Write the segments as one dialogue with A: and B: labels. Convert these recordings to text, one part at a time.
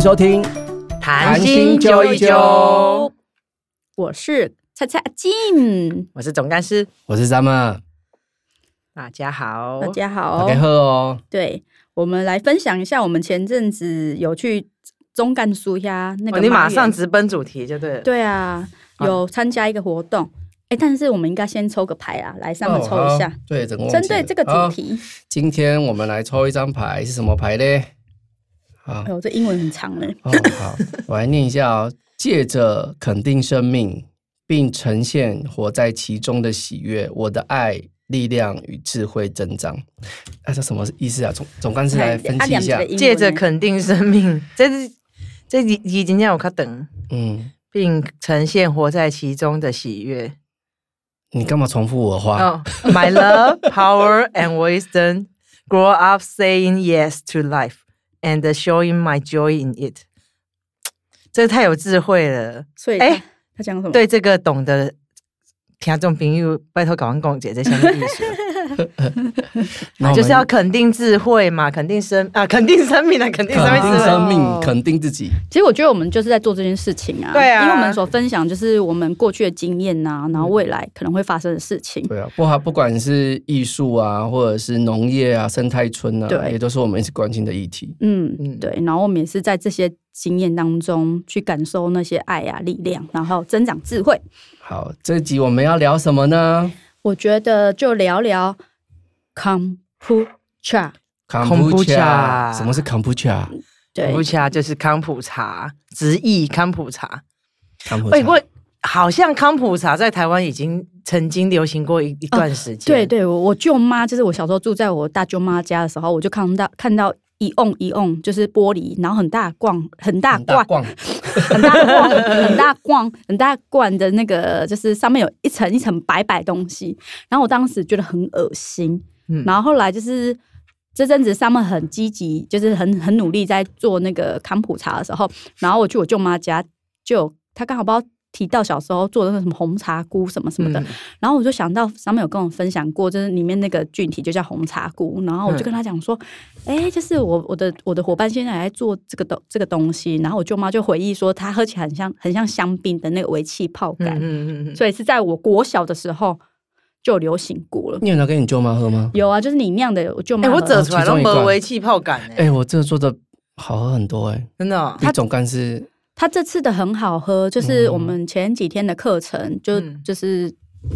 A: 收听，
B: 谈心
C: 揪
B: 揪
C: 一
B: 一
C: 揪
B: 揪，
C: 我是蔡蔡静，
B: 我是总干事，
A: 我是 Summer，
B: 大家好，
C: 大家好
A: 大。家好哦。
C: 对，我们来分享一下，我们前阵子有去中干苏呀那
B: 哦
C: 个、
B: 你马上直奔主题就对了。，
C: 对啊，
B: 好
C: 有参加一个活动。哎，但是我们应该先抽个牌啊，来上面抽一
A: 哦
C: 下
A: 好，对，整个忘记
C: 针
A: 了哦
C: 对这个主。
A: 好
C: 题。
A: 今天我们来抽一张牌，是什么牌嘞？好
C: 哎，呦，这英文很长嘞。
A: 哦，好，我来念一下哦。借着肯定生命，并呈现活在其中的喜悦，我的爱、力量与智慧增长。啊，这什么意思啊？总总干事
C: 哎
A: 来分析一下。
B: 借着肯定生命，这是这已已经让我卡等，
A: 嗯，
B: 并呈现活在其中的喜悦。
A: 你干嘛重复我的话？
B: 哦、m y love, power and wisdom grow up saying yes to life and showing my joy in it。这太有智慧了。
C: 所以
B: 哎
C: 他他讲什么？
B: 对这个懂得听众朋友，拜托搞完共姐这下面意思，
A: 那我们
B: 就是要肯定智慧嘛，肯定生啊，肯定生命的， 肯定生
A: 肯
B: 命
A: 定
B: 智
A: 生
B: 慧。
A: 命，肯定自己。
C: 其实我觉得我们就是在做这件事情啊，
B: 对啊
C: 因为我们所分享就是我们过去的经验呐、然后未来可能会发生的事情。
A: 对啊，不好，不管是艺术啊，或者是农业啊、生态村啊，
C: 对
A: 也都是我们一直关心的议题。
C: 嗯
B: 嗯，
C: 对。然后我们也是在这些经验当中去感受那些爱啊、力量，然后增长智慧。
A: 好，这集我们要聊什么呢
C: 我觉得就聊聊康普茶，
B: Kombucha
A: 什么是 kombucha？
C: 对
B: 普，茶就是康普茶，直译康普茶。
A: 康普茶
B: 哎，不过好像康普茶在台湾已经曾经流行过一一段时间。
C: 哦对对，我我舅妈就是我小时候住在我大舅妈家的时候，我就看到看到一瓮一瓮就是玻璃，然后很大罐很大
A: 很大
C: 罐
A: 罐，
C: 很大罐很大罐很大罐的那个，就是上面有一层一层白白东西，然后我当时觉得很恶心，
B: 嗯
C: 然后后来就是这阵子 Summer 很积极，就是很很努力在做那个康普茶的时候，然后我去我舅妈家，就有她刚好不知道提到小时候做的那个什么红茶菇什么什么的，
B: 嗯
C: 然后我就想到 Summer 有跟我分享过，就是里面那个菌体就叫红茶菇，然后我
B: 嗯
C: 就跟她讲说，哎、就是我我的我的伙伴现在也在做这个东这个东西，然后我舅妈就回忆说，它喝起来很像很像香槟的那个微气泡
B: 嗯
C: 感，
B: 嗯嗯嗯，
C: 所以是在我国小的时候就流行过了。
A: 你有拿给你舅妈喝吗？
C: 有啊，就是你酿的，我舅妈
B: 哎，
C: 喝。
B: 我折出来
A: 其中
B: 都
A: 一罐
B: 没微气泡感哎，
A: 哎、我这做的好喝很多哎、
B: 真的哦。
A: 比总干事
C: 它这次的很好喝，就是
A: 嗯
C: 我们前几天的课程，就、
B: 嗯
C: 就是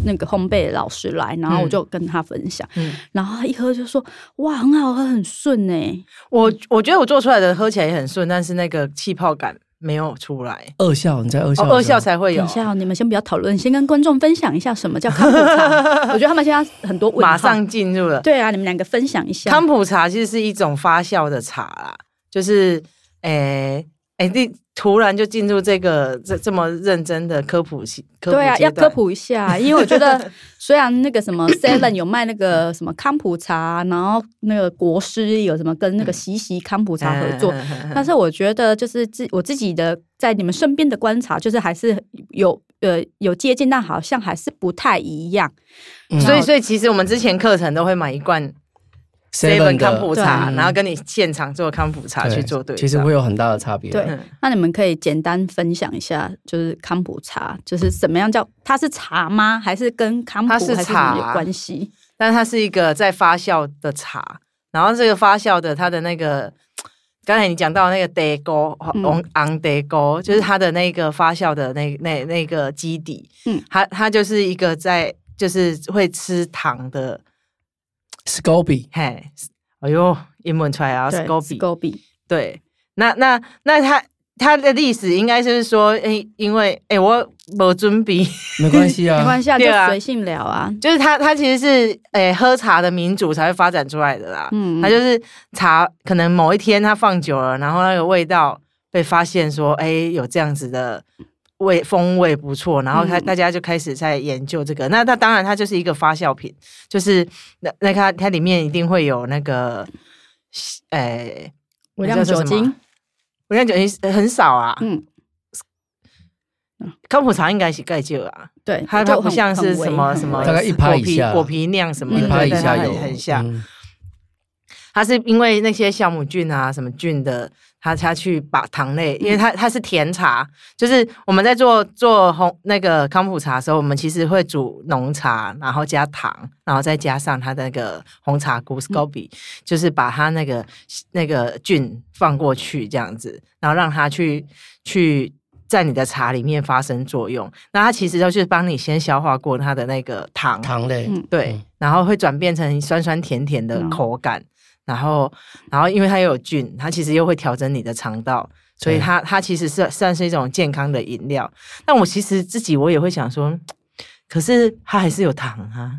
C: 那个烘焙的老师来，然后我就跟他分享，
B: 嗯，
C: 然后他一喝就说哇，很好喝，很顺哎、
B: 我我觉得我做出来的喝起来也很顺，但是那个气泡感没有出来，
A: 二校，你在二校的时
B: 哦，
A: 候、
B: 二校才会有
C: 等一。下哦、你们先不要讨论，先跟观众分享一下什么叫康 普茶。我觉得他们现在很多问号
B: 马上进入了。
C: 对啊，你们两个分享一下。
B: 康普茶其实是一种发酵的茶啦，就是诶诶，你突然就进入这个这这么认真的科普系科普
C: 对啊，
B: 阶
C: 要科
B: 段。
C: 普一下，因为我 觉得虽然那个什么 Seven 有卖那个什么康普茶，然后那个国师有什么跟那个习习康普
B: 嗯
C: 茶合 作，但是我觉得就是自我自己的在你们身边的观察，就是还是有呃有接近，但好像还是不太一样。
A: 嗯
B: 所以，所以其实我们之前课程都会买一罐
A: seven
B: 康普
A: 的
B: 茶，
C: 对
B: 然后跟你现场做康普茶去做对照。
A: 其实会有很大的差别。
C: 对
B: 嗯，
C: 那你们可以简单分享一下，就是康普茶，就是怎么样叫它是茶吗？还是跟康普
B: 它
C: 还
B: 是
C: 是什么
B: 茶啊
C: 有关系？
B: 但它是一个在发酵的茶，然后这个发酵的它的那个，刚才你讲到那个 day go
C: 嗯
B: 昂昂 day go，就是它的那个发酵的那那那个基底，
C: 嗯
B: 嗯，它它就是一个在就是会吃糖的，
A: Scoby
B: 嘿，哎呦，英文出来啊 s
C: 对
B: c o b y
C: 勾比，
B: 对，那那那它。它的历史应该就是说，诶、因为诶、我没准备，
A: 没关系啊，
C: 没关系啊，就
B: 对啊
C: 随性聊啊。
B: 就是它它其实是诶、喝茶的民主才会发展出来的啦。
C: 嗯，
B: 它就是茶，可能某一天它放久了，然后那个味道被发现说，哎，有这样子的味风味不错，然后它
C: 嗯
B: 大家就开始在研究这个。那它当然它就是一个发酵品，就是那那它它里面一定会有那个，哎，
C: 微量酒
B: 那叫什么
C: 精，
B: 我感觉很少啊，
C: 嗯，
B: 康普茶应该是盖酒啊，
C: 对，
B: 它
C: 就
B: 它不
C: 很
B: 像是
C: 很微
B: 什么
C: 很
B: 什么
C: 微
A: 大概一趴
B: 果
A: 以
B: 皮
A: 下嗯
B: 果皮酿什么的，
C: 嗯
A: 一拍
B: 对
A: 一
B: 它
A: 下
B: 很
A: 有
B: 很像。
A: 嗯
B: 它是因为那些酵母菌啊什么菌的，它它去把糖类，因为它它是甜茶，就是我们在做做红那个康普茶的时候，我们其实会煮浓茶，然后加糖，然后再加上它那个红茶菇 s c o b y 就是把它那个那个菌放过去这样子，然后让它去去在你的茶里面发生作用。那它其实就是帮你先消化过它的那个糖，
A: 糖类，
C: 嗯
B: 对
A: 嗯，
B: 然后会转变成酸酸甜甜的
C: 嗯
B: 口感。然后，然后因为它又有菌，它其实又会调整你的肠道，所以
A: 对
B: 它它其实是算是一种健康的饮料。但我其实自己我也会想说，可是它还是有糖啊，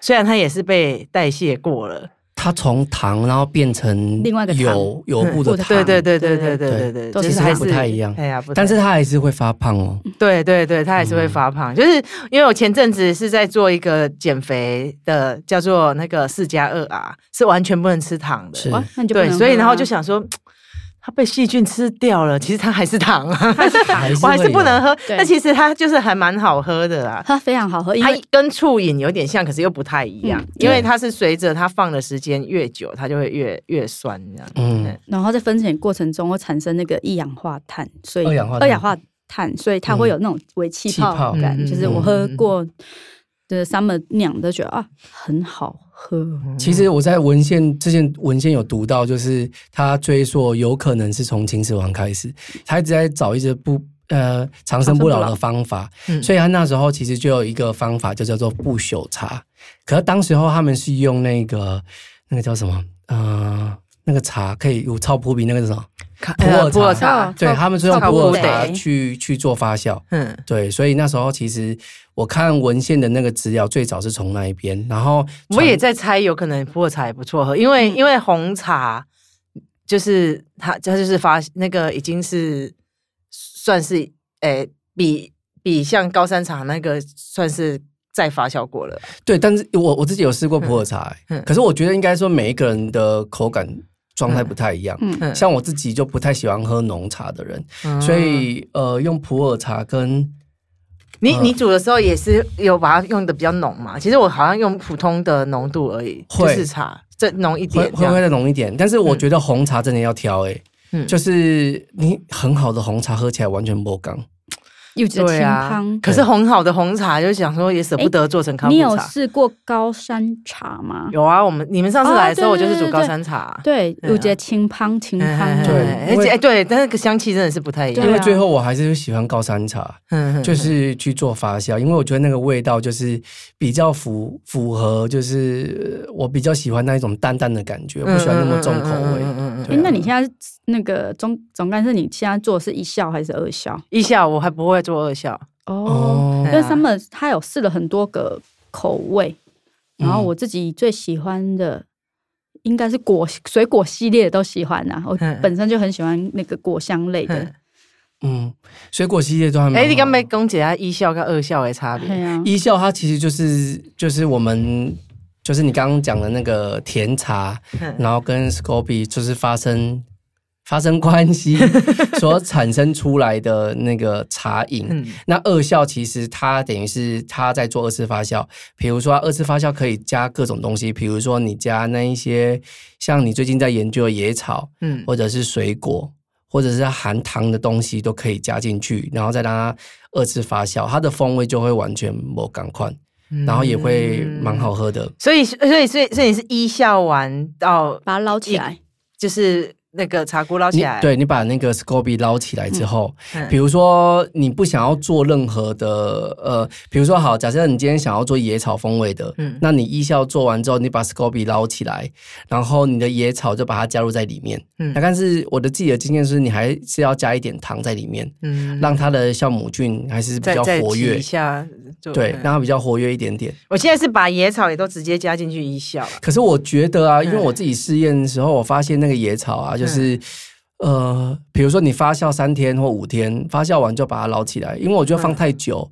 B: 虽然它也是被代谢过了。
A: 它从糖然后变成
C: 另外一个糖
A: 油油布的
C: 嗯
A: 糖，
B: 对对对对对
C: 对对
B: 对
A: 对
B: 对
C: 都
B: 对，就是还
C: 不
B: 是嗯
A: 太一样
B: 哎呀，不太
A: 但是它还是会发胖哦。
B: 对对对，他还是会发胖，就是因为我前阵子是在做一个减肥的，叫做那个四加二啊，是完全不能吃糖的，
A: 是
C: 哇，那你就不
B: 对，
C: 能
B: 所以
C: 喝
B: 然后
C: 啊
B: 就想说，它被细菌吃掉了，其实它还是糖啊，
A: 还是
B: 我还是
A: 会有
B: 不能喝，
C: 对
B: 但其实它就是还蛮好喝的啦。
C: 它非常好喝，因
B: 它
C: 为
B: 跟醋饮有点像，可是又不太一样，
C: 嗯
B: 因
A: 对
B: 为它是随着它放的时间越久，它就会越越酸这样。
A: 嗯，
C: 然后在分解过程中会产生那个一氧化碳，所以
A: 二氧化碳
C: 二氧化碳，所以它会有那种微气
A: 气泡
C: 泡感，
B: 嗯
C: 就是我喝过的 summer 酿的，觉得啊很好喝，
B: 嗯
A: 其实我在文献之前文献有读到，就是他追溯有可能是从秦始皇开始，他一直在找一些不呃长生不老的方法，
B: 嗯
A: 所以他那时候其实就有一个方法，就叫做不朽茶。可是当时候他们是用那个那个叫什么呃那个茶可以有超扑鼻那个是什么？哎普洱茶
B: 呃普洱
C: 哦
B: 茶，
A: 对，他们是用
B: 超
A: 普
B: 普
A: 洱
B: 得
A: 茶去去做发酵。
B: 嗯，
A: 对，所以那时候其实我看文献的那个资料，最早是从那一边，然后
B: 我也在猜，有可能普洱茶也不错喝，因为、
A: 嗯
B: 因为红茶就是它，它就是发那个已经是算是诶、比比像高山茶那个算是再发酵过了。
A: 对，但是我我自己有试过普洱茶、欸
B: 嗯嗯
A: 可是我觉得应该说每一个人的口感状态不太一样。
C: 嗯
B: 嗯
A: 像我自己就不太喜欢喝浓茶的人，
B: 嗯
A: 所以呃，用普洱茶跟
B: 你
A: 嗯
B: 你煮的时候也是有把它用的比较浓嘛？其实我好像用普通的浓度而已，就
A: 会
B: 是茶这浓一
A: 会
B: 点这
A: 会
B: 样。
A: 会再浓一点，但是我觉得红茶真的要挑诶、
B: 嗯
A: 就是你很好的红茶喝起来完全不刚，
C: 柚子的清
B: 对啊
C: 汤，。
B: 可是很好的红茶，就想说也舍不得做成康
C: 你
B: 普
C: 有
B: 茶。
C: 试过高山茶吗？
B: 有啊，我们你们上次
C: 哦
B: 来的时候，我就
C: 对
B: 是煮
C: 对
B: 高
C: 对
B: 山茶。
C: 对，
B: 对啊
C: 有觉得清汤清汤啊，
A: 对
B: 哎
A: 因为
B: 哎对，但是个香气真的是不太一样。
A: 因
C: 对
A: 为
C: 啊
A: 最后我还是喜欢高山茶。
B: 嗯
A: 就是去做发酵，因为我觉得那个味道就是比较符符合，就是呃我比较喜欢那一种淡淡的感觉，不喜欢那么重口味。
B: 嗯
A: 对
C: 哎
A: 啊，
C: 那你现在是那个总总干事，你现在做的是一效还是二效？
B: 一下我还不会做二效，
C: 哦，
A: 哦
B: 啊
C: 因为 Summer 他有试了很多个口味，
A: 嗯
C: 然后我自己最喜欢的应该是果水果系列的都喜欢呐、我
B: 嗯
C: 本身就很喜欢那个果香类
B: 嗯
C: 的，
A: 嗯，水果系列都还蛮好。
B: 哎，你刚没讲解下一效跟二效的差
C: 对
B: 别。
C: 呀、啊，
A: 一笑，它其实就是就是我们就是你刚刚讲的那个甜茶，
B: 嗯
A: 然后跟 Scoby 就是发生发生关 系所产生出来的那个茶饮。
B: 嗯
A: 那二效其实它等于是它在做二次发酵，比如说它二次发酵可以加各种东西，比如说你加那一些像你最近在研究的野草，
B: 嗯
A: 或者是水果，或者是含糖的东西都可以加进去，然后再让它二次发酵，它的风味就会完全不赶快，
B: 嗯
A: 然后也会蛮好。喝的。
B: 所以所以所以所以你是一效完到
C: 把它捞起来，
B: 就是那个茶菇捞
A: 你
B: 起来，
A: 对你把那个 Scoby 捞起来之后，
B: 嗯
A: 比如说你不想要做任何的呃，比如说好，假设你今天想要做野草风味的，
B: 嗯
A: 那你一效做完之后，你把 Scoby 捞起来，然后你的野草就把它加入在里面。
B: 嗯
A: 嗯，但是我的自己的经验是，你还是要加一点糖在里面，
B: 嗯
A: 让它的酵母菌还是比
B: 再
A: 较
B: 再
A: 活
B: 提
A: 跃
B: 一，下。就
A: 对，
B: 嗯
A: 让它比较活跃一点点。
B: 我现在是把野草也都直接加进去一效了。
A: 可是我觉得啊，因为
B: 嗯
A: 我自己试验的时候，我发现那个野草啊，就是、呃，比如说你发酵三天或五天，发酵完就把它捞起来，因为我觉得
B: 嗯
A: 放太久，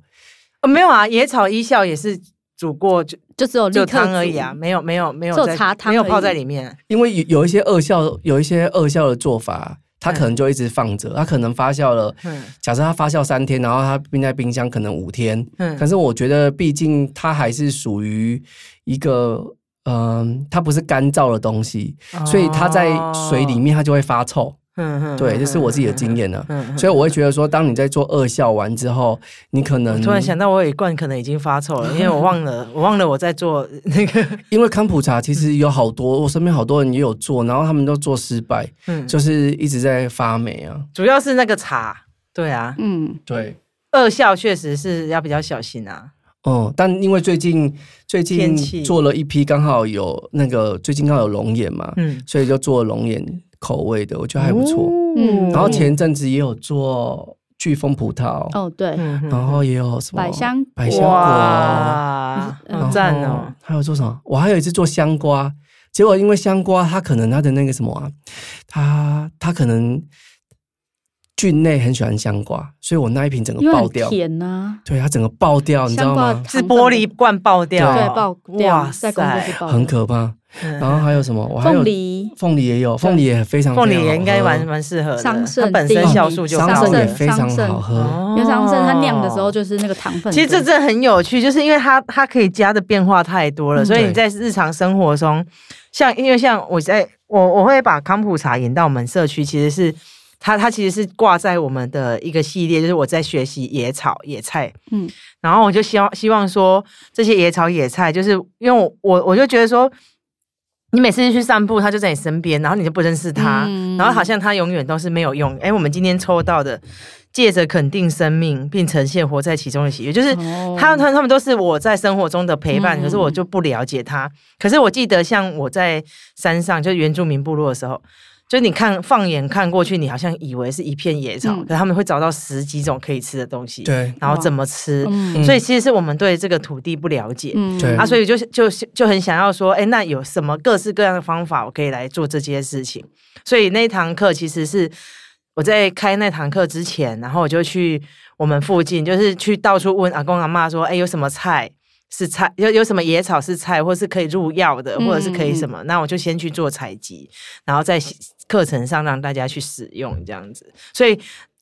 B: 哦，没有啊，野草一效也是煮过就
C: 就只有立
B: 就
C: 刻
B: 汤而已啊，
C: 煮。
B: 没有没有没有
C: 只有
B: 在
C: 茶汤
B: 没有
C: 而
B: 泡
C: 已
B: 在里面。
A: 因为有有一些二效，有一些二效的做法，它可能就一直放着，它可能发酵了。
B: 嗯
A: 假设它发酵三天，然后它冰在冰箱可能五天，
B: 嗯
A: 可是我觉得，毕竟它还是属于一个嗯，它不是干燥的东西，所以它在水里
B: 哦
A: 面它就会发臭。
B: 嗯，
A: 对，这是我自己的经验呢。
B: 嗯。嗯
A: 所以我会觉得说，当你在做二效完之后，你可能
B: 突然想到，我有一罐可能已经发臭了，因为我忘 了，我忘了我在做那个，
A: 因为康普茶其
B: 嗯
A: 实有好多，我身边好多人也有做，然后他们都做失败，
B: 嗯，
A: 就是一直在发霉啊。
B: 主要是那个茶，对啊，
C: 嗯，
A: 对，
B: 二效确实是要比较小心啊。
A: 哦、但因为最近最近
B: 天气
A: 做了一批，刚好有那个最近刚好有龙眼嘛，
B: 嗯，哦
A: 所以就做龙眼口味的，我觉得还不错。
C: 嗯
A: 然后前阵子也有做飓风葡萄，
C: 哦对，
B: 嗯，嗯
A: 然后也有什么
C: 百香
A: 百香果，啊
B: 哇，
C: 嗯
B: 好赞哦！！
A: 还有做什么？我还有一次做香瓜，结果因为香瓜它可能它的那个什么啊，它它可能菌类很喜欢香瓜，所以我那一瓶整
C: 因
A: 个
C: 为
A: 爆
C: 很
A: 掉，
C: 甜啊呐，
A: 对它整个爆掉，哦你知道
C: 香瓜
A: 吗？
B: 是玻璃罐爆掉，
C: 对爆掉，
B: 哇
C: 在工作室
B: 塞！
C: 爆掉，
A: 很可怕。
B: 然
A: 然后还有什么？我还有
C: 凤梨。
A: 凤梨也有，凤梨也非常
B: 凤梨
A: 非常好
B: 也应该
A: 喝
B: 蛮蛮适合的，
C: 桑葚
B: 它本身
C: 地
B: 酵素就
A: 嗯桑
B: 高
A: 葚也
B: 了。
A: 非常
C: 桑葚
A: 好喝。
B: 哦
C: 因为桑葚它酿的时候就是那个糖分多，
B: 其实这真的很有趣，就是因为它它可以加的变化太多了，
C: 嗯
B: 所以你在
A: 对
B: 日常生活中，像因为像我在我我会把康普茶引到我们社区，其实是它它其实是挂在我们的一个系列，就是我在学习野草野菜，
C: 嗯
B: 然后我就希望希望说这些野草野菜，就是因为我我我就觉得说。你每次去散步，它就在你身边，然后你就不认识它，
C: 嗯
B: 然后好像它永远都是没有用。哎，我们今天抽到的，借着肯定生命并呈现活在其中的喜悦，就是
C: 哦
B: 他他他们都是我在生活中的陪伴，
C: 嗯
B: 可是我就不了解他。可是我记得，像我在山上，就原住民部落的时候，就你看放眼看过去，你好像以为是一片野草，
C: 嗯
B: 可是他们会找到十几种可以吃的东西，
A: 对，
B: 然后怎么吃。
C: 嗯
B: 所以其实是我们对这个土地不了解。
C: 嗯
A: 对
B: 啊，所以就是就是就很想要说，哎，那有什么各式各样的方法我可以来做这些事情？所以那一堂课其实是我在开那堂课之前，然后我就去我们附近，就是去到处问阿公阿妈说，哎，有什么菜是菜，有有什么野草是菜，或是可以入药的，
C: 嗯
B: 或者是可以什么？那我就先去做采集，然后在课程上让大家去使用这样子。所以，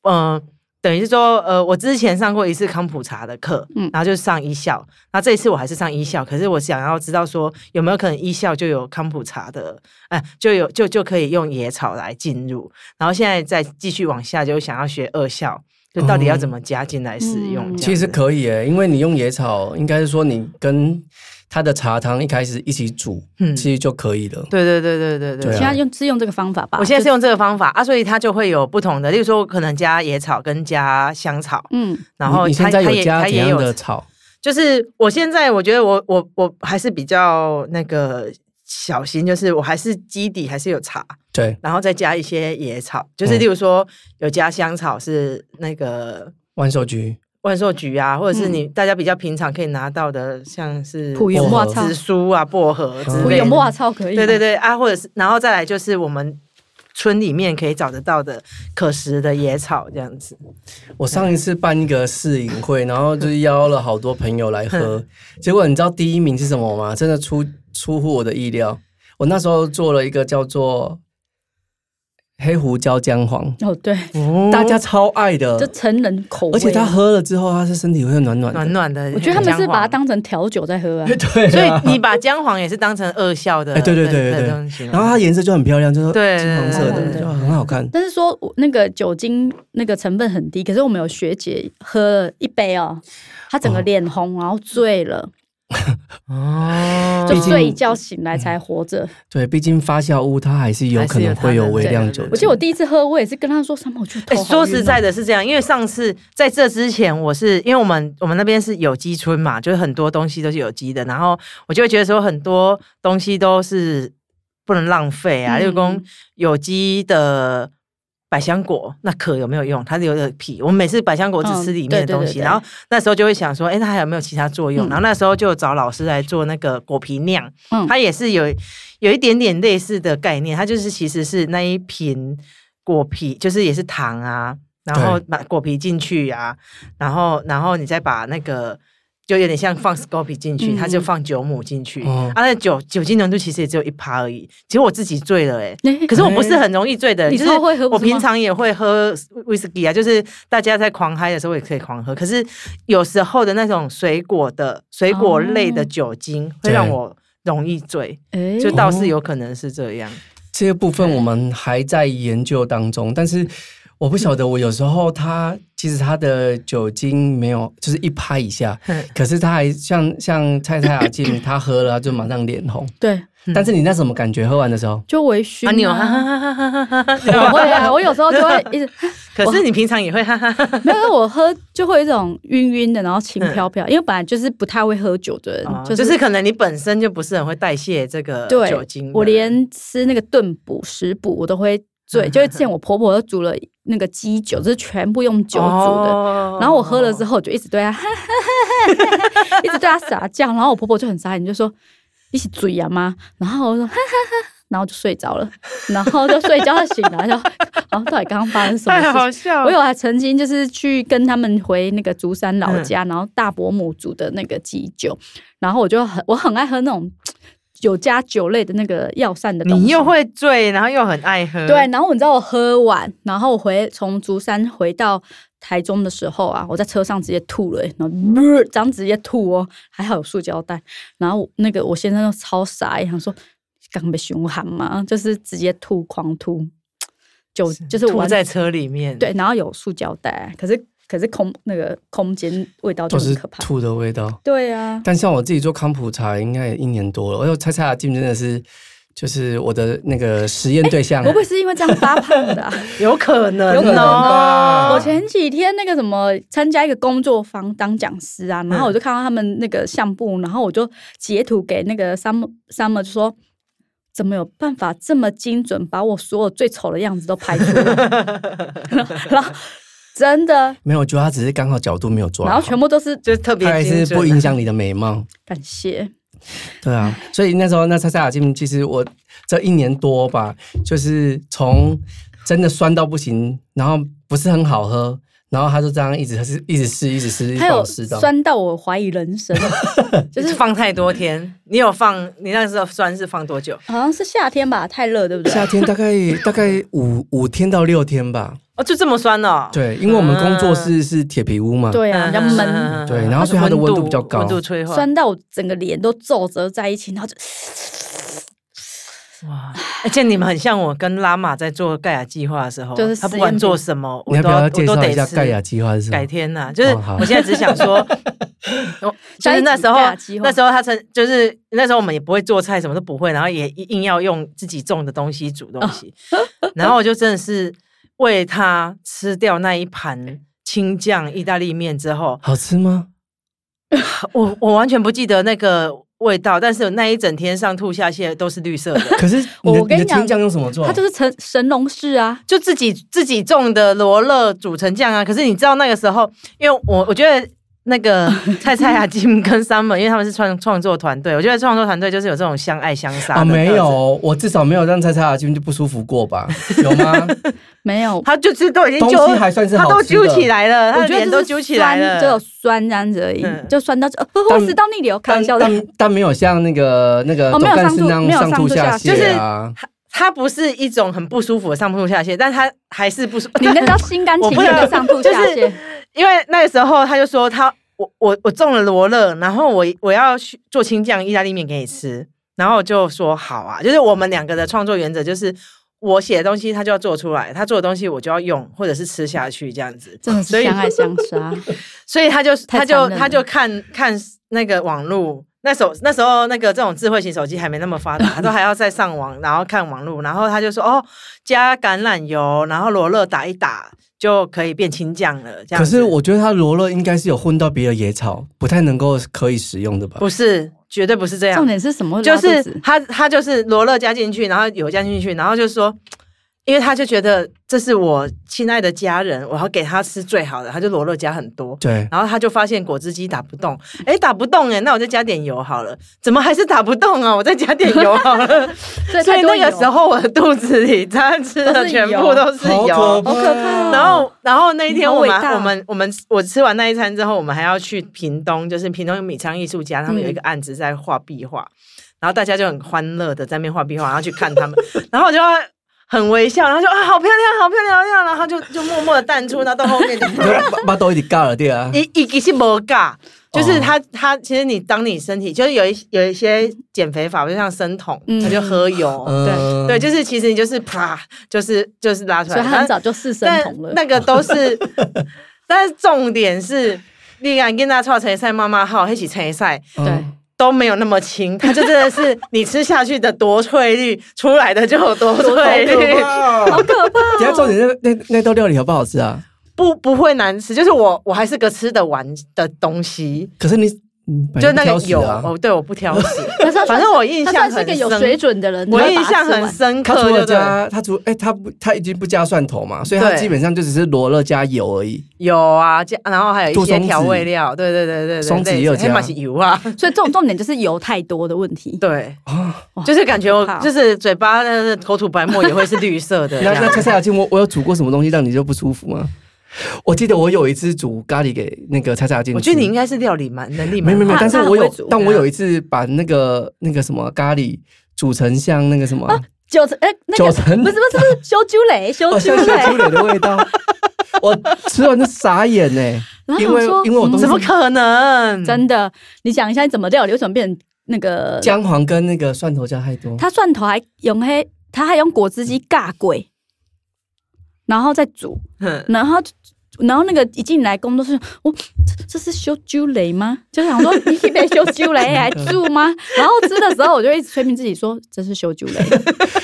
B: 嗯、等于是说，呃，我之前上过一次康普茶的课，
C: 嗯
B: 然后就是上一校，那这一次我还是上一校，可是我想要知道说有没有可能一校就有康普茶的，哎、就有就就可以用野草来进入，然后现在再继续往下，就想要学二校，就到底要怎么加进来使用、
C: 嗯
B: 这样子
A: 哦其实可以诶，因为你用野草，应该是说你跟它的茶汤一开始一起煮，
B: 嗯
A: 其实就可以了。
B: 对对对对对对
A: 对啊
C: 现在用是用这个方法吧？
B: 我现在是
C: 就
B: 用这个方法啊，所以它就会有不同的，例如说我可能加野草跟加香草，
C: 嗯
B: 然后
A: 你你
B: 它
A: 现在
B: 它
A: 有
B: 也
A: 加
B: 它
A: 怎
B: 也
A: 样
B: 有
A: 的草？
B: 就是我现在我觉得我我我还是比较那个小心，就是我还是基底还是有茶，
A: 对，
B: 然后再加一些野草，就是
A: 嗯
B: 例如说有加香草是那个
A: 万寿菊，
B: 万寿菊啊，或者是你大家比较平常可以拿到的，像是
C: 嗯普
A: 洱
C: 盐
A: 薄
C: 哇
A: 荷
C: 操
B: 紫，苏啊、薄
A: 嗯
B: 荷之
C: 普
B: 类
C: 盐
B: 的。
C: 哇操可以，
B: 对对，对啊，或者是然后再来就是我们村里面可以找得到的可食的野草这样子。
A: 我上一次办一个试饮会，然后就是邀了好多朋友来喝，
B: 嗯
A: 结果你知道第一名是什么吗？真的出出乎我的意料。我那时候做了一个叫做黑胡椒姜黄，
C: 哦对，
B: 嗯
A: 大家超爱的
C: 就，成人口味，
A: 而且他喝了之后，他是身体会暖暖的。
B: 暖暖的，
C: 我觉得他们是把它
B: 当。
C: 当成调酒在喝啊，
A: 对、
B: 所 以你把姜黄也是当成二效的，
A: 哎对对对
B: 的
A: 对对
B: 东西吗
A: 然后它颜色就很漂亮，就是
B: 对
A: 金黄色
C: 对对
A: 的，
C: 对
A: 就很好看。
C: 但是说我那个酒精那个成分很低，可是我们有学姐喝了一杯哦，她整个脸红，然后醉了，
B: 哦
C: 就
A: 毕竟
C: 睡一觉醒来才活着。
A: 对，毕竟发酵物它还是有可能会有微量酒
B: 还是有它的对对对
C: 我记
A: 精
C: 得。我第一次喝，我也是跟她说什么，我就头
B: 哎、
C: 好晕哦
B: 说实 在，的，是这样，因为上次在这之前，我是因为我们我们那边是有机村嘛，就是很多东西都是有机的，然后我就会觉得说很多东西都是不能浪费啊，
C: 嗯
B: 例如说有机的百香果，那壳有没有用？它留的皮，我们每次百香果只吃里面的东
C: 嗯对对
B: 西，
C: 对对
B: 然后那时候就会想说，哎、那还有没有其他作用？
C: 嗯
B: 然后那时候就找老师来做那个果皮酿，
C: 嗯
B: 它也是有有一点点类似的概念，它就是其实是那一瓶果皮，就是也是糖啊，然后
A: 对
B: 把果皮进去啊，然后然后你再把那个。就有点像放 Scorpy 进去，
C: 嗯
B: 它就放酒母进去，
A: 哦
B: 啊，那酒酒精浓度其实也只有一趴而已。其实我自己醉了哎、
C: 哎
B: 可是我不是很容易醉的人，
C: 你
B: 就是
C: 超会喝不
B: 我
C: 是吗
B: 平常也会喝威士忌啊，就是大家在狂嗨的时候也可以狂喝。可是有时候的那种水果的水果类的酒精会让我容易醉，
C: 哎
B: 就倒是有可能是这样。
A: 这些部分我们还在研究当中，但是我不晓得，我有时候它其实它的酒精没有，就是一拍一下，
B: 嗯
A: 可是它还像像蔡蔡雅 静，她喝了就马上脸红。
C: 对，
A: 但是你那什么感觉？喝完的时候，
C: 就微醺、
B: 啊，你有哈
C: 啊。
B: 哈哈哈哈哈
C: 我
B: 哈，
C: 会啊，我有时候就 会一直
B: 可是你平常也会哈哈哈哈
C: 没有，因为我喝就会有一种晕晕的，然后轻飘飘，因为本来就是不太会喝酒的人，
B: 哦，
C: 就、
B: 就是是可能你本身就不是很会代谢这个
C: 对
B: 酒精的，
C: 我连吃那个炖补食补我都会
B: 嗯
C: 醉，就是之前我婆婆都煮了那个鸡酒，就是全部用酒煮的。
B: 哦
C: 然后我喝了之后，我就一直对她 一直对她撒娇，然后我婆婆就很傻眼，就说一起嘴呀妈，啊然后我说然后就睡着了，然后就睡觉就醒来，然后然后到底刚刚发生什么
B: 太
C: 事情？
B: 好笑了，
C: 我有还曾经就是去跟他们回那个竹山老家，
B: 嗯
C: 然后大伯母煮的那个鸡酒，然后我就很我很爱喝那种酒加酒类的那个药膳的东西。
B: 你又会醉，然后又很爱喝，
C: 对，然后你知道我喝完，然后我回从竹山回到台中的时候啊，我在车上直接吐了、欸然后这样直接吐哦，还好有塑胶袋。然后那个我先生就超傻、欸，想说刚刚被凶喊嘛，就是直接吐，狂吐，酒就是
B: 吐
C: 完
B: 在车里面，
C: 对，然后有塑胶袋，啊可是可是空那个空间味道就
A: 都
C: 很
A: 是
C: 可怕。
A: 吐的味道。
C: 对啊，
A: 但像我自己做康普茶，应该也一年多了。我有哎蔡蔡雅静真的是，就是我的那个实验对象。啊
C: 不会哎是因为这样发胖的、啊？
B: 有可能，
C: 有可能
A: 吧
C: 我前几天那个什么参加一个工作坊当讲师啊，
B: 嗯
C: 然后我就看到他们那个相簿，然后我就截图给那个 Summer Summer 就说。怎么有办法这么精准把我所有最丑的样子都拍出 来？然后真的，
A: 没有，我觉得他只是刚好角度没有
B: 啊
A: 抓好，
C: 然后全部都是
B: 就是特别
A: 他还
B: 精
A: 是
B: 准
A: 不影响你的美貌。
C: 感谢，
A: 对啊，所以那时候那蔡蔡雅静，其实我这一年多吧，就是从真的酸到不行，然后不是很好喝，然后他就这样一直是一直试，一直试，一直
C: 还有
A: 保持到。
C: 酸到我怀疑人生。
B: 就是放太多天。你有放？你那时候酸是放多久？
C: 好像是夏天吧，太热，对不对？
A: 夏天大概大概五五天到六天吧，
B: 哦，就这么酸哦。
A: 对，因为我们工作室是铁皮屋嘛，
C: 对啊，
B: 嗯，
C: 比较闷，
A: 对然后所以它的温度比较高
B: 温度催化。
C: 酸到我整个脸都皱褶在一起，然后就
B: 哇！而且你们很像我跟拉玛在做盖亚计划的时候，
C: 就是
B: 他不
C: 实验
B: 管
C: 品
B: 做什么，
A: 你
B: 我
A: 要不
B: 都要
A: 要
B: 我
A: 介
B: 都
A: 绍
B: 得
A: 一下
B: 吃
A: 盖亚计划是什么
B: 改？天呐、就是
A: 好
B: 我现在只想 说，我就是那时候
C: 下一集大计划
B: 那时候他曾就是那时候我们也不会做菜，什么都不会，然后也硬要用自己种的东西煮东 西，然后我就真的是为他吃掉那一盘青酱意大利面之后，
A: 好吃吗？
B: 我我完全不记得那个味道，但是那一整天上吐下泻都是绿色的。
A: 可是你的
C: 我跟
A: 你
C: 你
A: 的
C: 讲
A: 青酱用什么做？啊
C: 它就是神神农氏啊，
B: 就自己自己种的罗勒煮成酱啊。可是你知道那个时候，因为我我觉得那 个蔡蔡雅金跟 Summer，因为他们是创创作团队，我觉得创作团队就是有这种相爱相杀的、
A: 啊，没，有，我至少没有让蔡蔡雅静就不舒服过吧？有吗？
C: 没有，
B: 他就是都已经
A: 东
B: 揪
A: 西，还算是
B: 他
A: 好
B: 都
A: 吃的
B: 揪起来了，他
C: 我
B: 的
C: 觉得
B: 脸都
C: 就
B: 揪
C: 是
B: 起来
C: 酸，就有
B: 了。
C: 酸这样子而已
B: 嗯，
C: 就酸到呃不
A: 但
C: 会死到逆流，开玩
A: 但
C: 笑的。
A: 但但没有像那个那个
C: 哦
A: 总
C: 没有
A: 干
C: 上
A: 事
C: 吐
A: 那样
C: 没有
A: 上
C: 上
A: 吐
C: 吐
A: 下
C: 下
B: 泻
A: 泻啊。
B: 他不是一种很不舒服的上吐下泻，但他还是不舒服。
C: 你那叫心甘情愿
B: 我不
C: 的
B: 能
C: 上吐下
B: 就
C: 泻，
B: 因为那个时候他就说他我我我种了罗勒，然后我我要去做青酱意大利面给你吃，然后我就说好啊，就是我们两个的创作原则就是我写的东西他就要做出来，他做的东西我就要用或者是吃下去这样子，
C: 真的
B: 所
C: 是
B: 以
C: 相爱相 杀。
B: 所以他就他
C: 太残
B: 就
C: 忍了
B: 他就看看那个网络。那手那时候那个这种智慧型手机还没那么 发达，他都还要再上网，然后看网络，然后他就说哦，加橄榄油，然后罗勒打一打就可以变青酱了。这样
A: 可
B: 子
A: 是我觉得它罗勒应该是有混到别的野草，不太能够可以使用的吧？
B: 不是，绝对不是这样
C: 重。点是什么？
B: 啊就
C: 拉肚
B: 是
C: 子
B: 他，他就是罗勒加进去，然后油加进去，然后就说，因为他就觉得这是我亲爱的家人，我要给他吃最好的，他就罗勒加很多，
A: 对，
B: 然后他就发现果汁机打不动，哎，打不动哎，那我再加点油好了，怎么还是打不动啊？我再加点油好了。
C: 所以
B: 所
C: 太
B: 以
C: 多
B: 那个
C: 油
B: 时候我的肚子里他吃
C: 都
B: 的
C: 是
B: 全部
C: 油
B: 都是
A: 好可
B: 油。
A: 怕
C: 好可怕哦
B: 然后，然后那一天我
C: 你好伟
B: 们
C: 大
B: 我们我们我吃完那一餐之后，我们还要去屏东，就是屏东米仓艺术家，他们有一
C: 嗯
B: 个案子在画壁画，然后大家就很欢乐的在那边画壁画，然后去看他们，然后我就很微笑，然后就啊好漂亮，好漂亮，好漂亮然 后就就默默的淡出，然后到后面就
A: 巴巴豆一直尬了对啊。
B: 一一其实无尬，
C: 哦
B: 就是它它其实你当你身体就是有一有一些减肥法，就像生酮，
C: 嗯
B: 它就喝油，
A: 嗯
B: 对，就是其实你就是啪，就是就是拉出
C: 所
B: 来，
C: 以他很早就四神
B: 但
C: 童了。
B: 那个都是， 但是重点是，你敢跟他炒成赛妈妈号一起成赛
C: 对，
B: 都没有那么轻，它就真的是你吃下去的多翠绿，出来的就有多翠绿，
C: 啊
A: 好可怕！等一下重点是那那那道料理好不好吃啊？
B: 不不会难吃，就是我我还是个吃得完的东西。
A: 可是你嗯本
B: 就
A: 来不
B: 那
A: 挑
B: 个
A: 食
B: 油，
A: 啊，
B: 哦，对，我不挑 食
C: 他算，
B: 反正我印
C: 他
B: 象
C: 算是
B: 很
C: 一个有
B: 深，
C: 水准的人，
B: 我
C: 你
B: 印
C: 要把它
B: 象
C: 吃完
B: 很深
A: 他
B: 刻，
A: 除
B: 就
A: 了
B: 对了
A: 加他除哎他不他已经不加蒜头嘛，所以他
B: 对
A: 基本上就只是罗勒加油而已。
B: 有啊，加然后还有
A: 杜
B: 一些
A: 松子
B: 调味料，对对对对对，
A: 松子也有加
B: 嘛是油啊，
C: 所以重重点就是油太多的问 题。
B: 对，
A: 啊，
C: 哇
B: 就是感觉我
C: 好可怕哦
B: 就是嘴巴那个口吐白沫也会是绿色的，这
A: 那那
B: 样
A: 蔡蔡雅静，我我有煮过什么东西让你就不舒服吗？我记得我有一次煮咖喱给那个蔡蔡雅静吃，
B: 我觉得你应该是料理蛮能力
A: 没
B: 蛮
A: 有没有没有，
C: 他
A: 但是
C: 他很
A: 我有
C: 会煮，
A: 但我
B: 对啊
A: 有一次把那个那个什么咖喱煮成像那个什么
C: 九层哎，那
A: 九
C: 个
A: 层
C: 不是不是不是修猪蕾，修
A: 哦，
C: 猪
A: 像小
C: 蕾
A: 猪，脸的味道， 我吃完就傻眼欸呢，
C: 然后
A: 因为
C: 想说
A: 因为我都是
C: 嗯
B: 怎么可能？
C: 真的，你讲一下你怎么料理，为什么变成那个？
A: 姜黄跟那个蒜头加太
B: 哦
A: 多，
C: 他蒜头还用黑，他还用果汁机尬鬼，然后再煮，
B: 哼
C: 然后就然后那个一进来工作室，我这这是修猪雷吗？就 想说你一杯修猪雷还住吗？然后吃的时候我就一直催眠自己说这是修猪雷，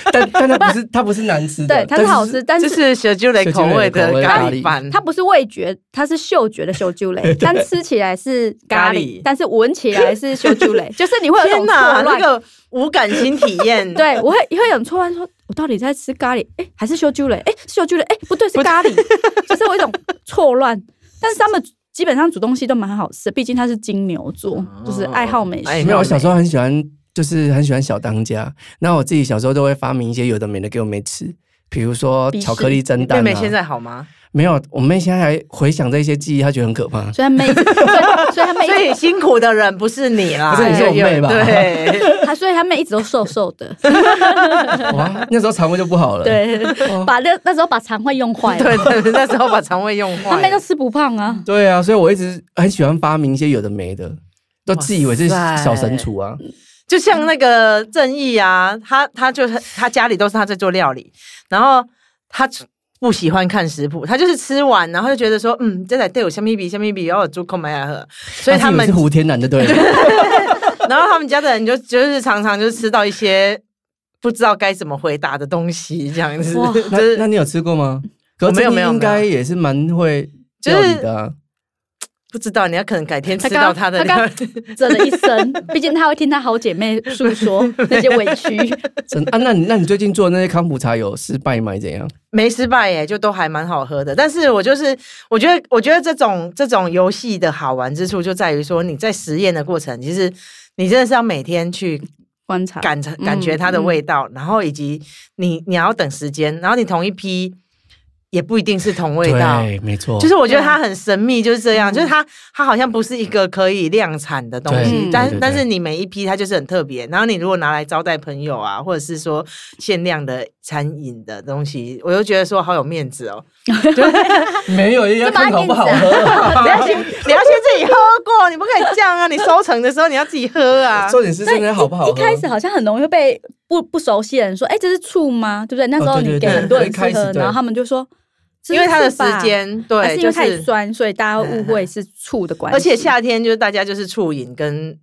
A: 但但它不是它不是难吃的，
C: 对，它是好吃，但。
B: 就是是小酒雷口味的
A: 小酒类口味
B: 咖
A: 咖
B: 喱
A: 喱
B: 饭，
C: 它不是味觉，它是嗅觉的修猪 雷，但吃起来是咖
B: 咖
C: 喱
B: 喱，
C: 但是闻起来是修 猪雷，就是你会有一种
B: 天
C: 错
B: 那
C: 乱，
B: 个无感性体验，
C: 对，我会会有人突然说，我到底在吃咖喱？哎、还是修猪嘞？哎、是修猪嘞？哎、不对，是咖喱，就是我一种错乱。但是他们基本上煮东西都蛮好吃的，毕竟他是金牛座，就是爱好美食。
B: 哎
A: 没有，我小时候很喜欢，就是很喜欢小当家。那我自己小时候都会发明一些有的没的给我妹吃，比如说
C: 比士
A: 巧克力蒸 蛋、
B: 妹
A: 啊。
B: 妹现在好吗？
A: 没有，我妹现在还回想这些记忆，她觉得很可 怕。
C: 所以他妹，所以所以他妹
B: 所以
C: 一直，
B: 辛苦的人不是你啦，
A: 不是你是我妹吧
B: 对，
C: 他啊所以他妹一直都瘦瘦的，
A: 哇，那时候肠胃就不好了。，
C: 对，把那那时候把肠胃用坏了，
B: 对对，那时候把肠胃用
C: 他
B: 坏
C: 妹都
B: 了。
C: 吃不胖啊。
A: 对啊，所以我一直很喜欢发明一些有的没的，都自以为是
B: 哇塞
A: 小神厨啊。
B: 就像那个正义啊，他他就是他家里都是他在做料理，然后他不喜欢看食谱，他就是吃完然后就觉得说，嗯，这得对我虾米比虾米比，然后猪口买来喝，所以他
A: 她自以为
B: 们
A: 啊是，胡天然就对 了。
B: 然后他们家的人就就是常常就吃到一些不知道该怎么回答的东西，这样子，
C: 哇
B: 就
A: 那那
B: 是
A: 你有吃过吗？
B: 我
A: 可
B: 没有
A: 是
B: 没有
A: 应该也是蛮会
B: 就是
A: 料理的啊。
B: 不知道你要可能改天吃
C: 他刚
B: 到他的料
C: 他刚
B: 理，
C: 这的一生，毕竟他会听他好姐妹诉说那些委屈，
A: 真啊，那你那你最近做的那些康普茶有失败吗？怎样？
B: 没失败耶，就都还蛮好喝的。但是我就是，我觉得，我觉得这种这种游戏的好玩之处就在于说，你在实验的过程，其实你真的是要每天去
C: 观察
B: 感
C: 嗯
B: 感觉它的
C: 嗯
B: 味道，然后以及你你要等时间，然后你同一批也不一定是同味道。
A: 对，没错，
B: 啊就是我觉得它很神秘，就是这样，
C: 嗯
B: 就是它它好像不是一个可以量产的东
C: 对
B: 西
C: 嗯，
B: 但
A: 对对对
B: 但是你每一批它就是很特别。然后你如果拿来招待朋友啊，或者是说限量的餐饮的东西，我就觉得说好有面子 哦。
A: 没有，要看好不好
C: 这
A: 喝。
B: 你要先你要先自己喝过，你不可以这样啊！你收成的时候你要自己喝 啊。
A: 重点是真的好不好
C: 一
A: 喝？
C: 一开始好像很容易被不不熟悉的人说：“哎、这是醋吗？”对不对？那时候
A: 哦对对
C: 你给
A: 对
C: 很多人
A: 一
C: 吃
A: 开始
C: 喝，
A: 对
C: 然后他们就说：“这是
B: 因为它的
C: 醋
B: 时
C: 吧，
B: 间，
C: 还
B: 对，
C: 是因
B: 就
C: 为太
B: 是，
C: 酸，所以大家误会是醋的关系。”
B: 而且夏天就是大家就是醋饮跟，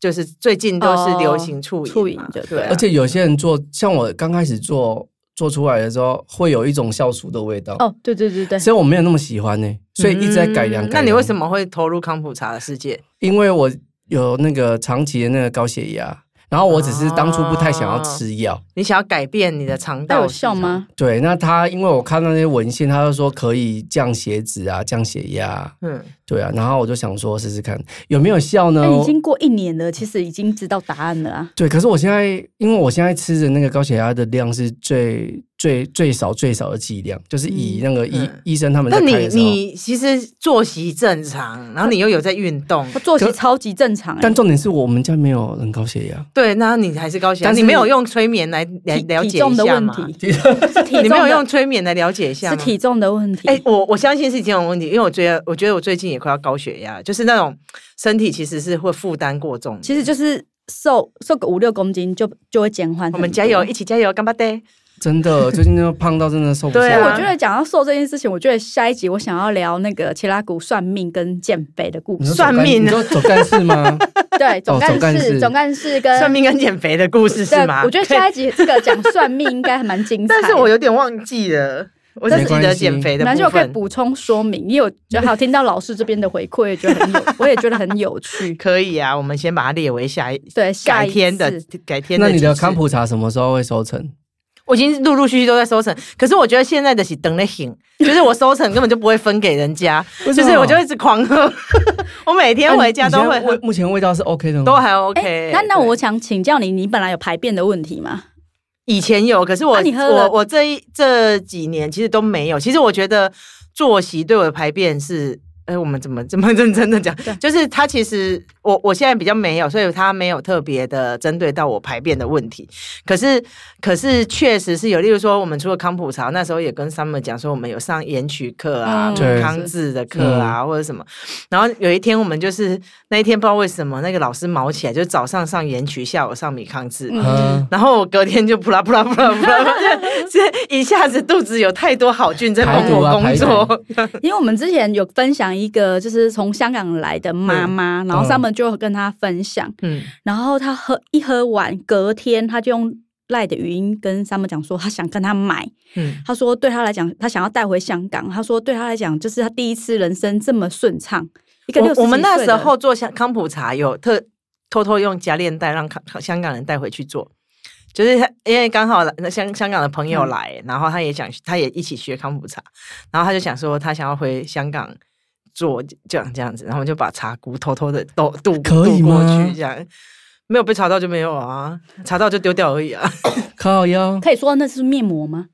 B: 就是最近都是流行醋饮嘛，
C: 哦
B: 啊
C: 醋饮就对了
A: 而且有些人做，像我刚开始做做出来的时候，会有一种酵素的味道，
C: 哦，对对对对，
A: 所以我没有那么喜欢呢、所以一直在改良。
B: 嗯那你为什
A: 么？
B: 么会投入康普茶的世界？
A: 因为我有那个长期的那个高血压，然后我只是当初不太想要吃药。
B: 你想要改变你的肠
C: 那
B: 道
C: 有效吗？
A: 对，那他因为我看到那些文献，他就说可以降血脂啊，降血压啊，
B: 系统？嗯，
A: 对啊，然后我就想说试试看有没有效呢
C: 那？哎已经过一年了，其实已经知道答案了啊。
A: 对，可是我现在，因为我现在吃的那个高血压的量是最最最少最少的剂量，就是以那个医、
B: 嗯
A: 医生他们在
B: 那
A: 开
B: 你
A: 的时候，
B: 你其实作息正常，然后你又有在运 动
C: 他，作息
A: 可
C: 超级正常、哎
A: 但重点是我们家没有人高血压，
B: 对，那你还是高血压，
A: 但是
B: 你没有用催眠来来
C: 体
B: 了
C: 体
B: 解
C: 重
B: 一
C: 的
B: 下
C: 问
B: 吗？
C: 题，是体重
B: 你没有
C: 的
B: 用催眠来了解一下啊
C: 是
B: 吗？哎
C: 体重的问题。
B: 哎、我我相信是这种问题，因为我觉得，我觉得我最近也快要高血压了，就是那种身体其实是会负担过重的。
C: 其实就是瘦瘦个五六公斤就就会减缓。
B: 我们加油，！一起加油，干巴爹！
A: 真 的，最近那胖到真的受不了。
B: 对
C: 所以
B: 啊
C: 哎我觉得讲到瘦这件事情，我觉得下一集我想要聊那个切拉古算命跟减肥的故
A: 你
C: 事
A: 说。
B: 算命
A: 你说走干事吗？
C: 对，
B: 哦
C: 总
A: 总干
C: 干
A: 事
C: 事，总干事跟
B: 算命跟减肥的故事
C: 呃对
B: 是吗？
C: 我觉得
B: 可以
C: 下一集这个讲算命应该还蛮精彩的。
B: 但是我有点忘记了，我只
A: 没
B: 记
A: 关
B: 得
A: 系
B: 减肥的
C: 没关系，
B: 部
C: 我可以
B: 分。
C: 补充说明，因为我觉得还有听到老师这边的回馈，觉得很有，我也觉得很有 趣。
B: 可以啊，我们先把它列为下一
C: 对，下
B: 改
C: 一
B: 天的
C: 次
B: 改 天的。
A: 那你的康，普茶什么时候会收成？
B: 我已经陆陆续续都在收成，可是我觉得现在的是等的醒，就是我收成根本就不会分给人家，
A: 为
B: 就
A: 什么啊
B: 是我就一直狂喝， 我每天回家都
A: 以
B: 会
A: 前味
B: 喝，
A: 目前味道是 OK 的吗？
B: 都还 OK
C: 哎。那那
B: 对
C: 我想请教你，你本来有排便的问题吗？
B: 以前有，可是我、
C: 那啊你喝
B: 我
C: 了
B: 我这一这几年其实都没有。其实我觉得作息对我的排便是，哎，我们怎么这么认真的讲？就是它其实我我现在比较没有，所以它没有特别的针对到我排便的问题。可是可是确实是有，例如说我们除了康普茶，那时候也跟 Summer 讲说我们有上延曲课啊、
C: 嗯
A: 对
B: 康治的课啊、或者什么。然后有一天我们就是那一天不知道为什么那个老师毛起来，就是早上上延曲，下午上米康治。
A: 嗯，
B: 然后我隔天就扑啦扑啦扑啦扑啦，这一下子肚子有太多好菌在帮我工作，
C: 因为我们之前有分享一个，就是从香港来的妈妈，然后他们就跟她分享，
B: 嗯，
C: 然后她喝一喝完，隔天她就用赖的语音跟他们讲说，她想跟他买，
B: 嗯
C: 她说对她来讲，她想要带回香港，她说对她来讲，就是她第一次人生这么顺畅。一个
B: 我我们
C: 60
B: 那
C: 岁
B: 时
C: 的
B: 候做香康普茶有特偷偷用夹链袋让康香港人带回去做。就是他，因为刚好那香香港的朋友来，然后他也想，他也一起学康普茶，然后他就想说他想要回香港做这样这样子，然后我们就把茶菇偷偷的渡渡
A: 可以
B: 渡过
A: 吗
B: 去这样，没有被查到就没有啊，查到就丢掉而已啊，
A: 靠 腰
C: 可以说那是面膜吗？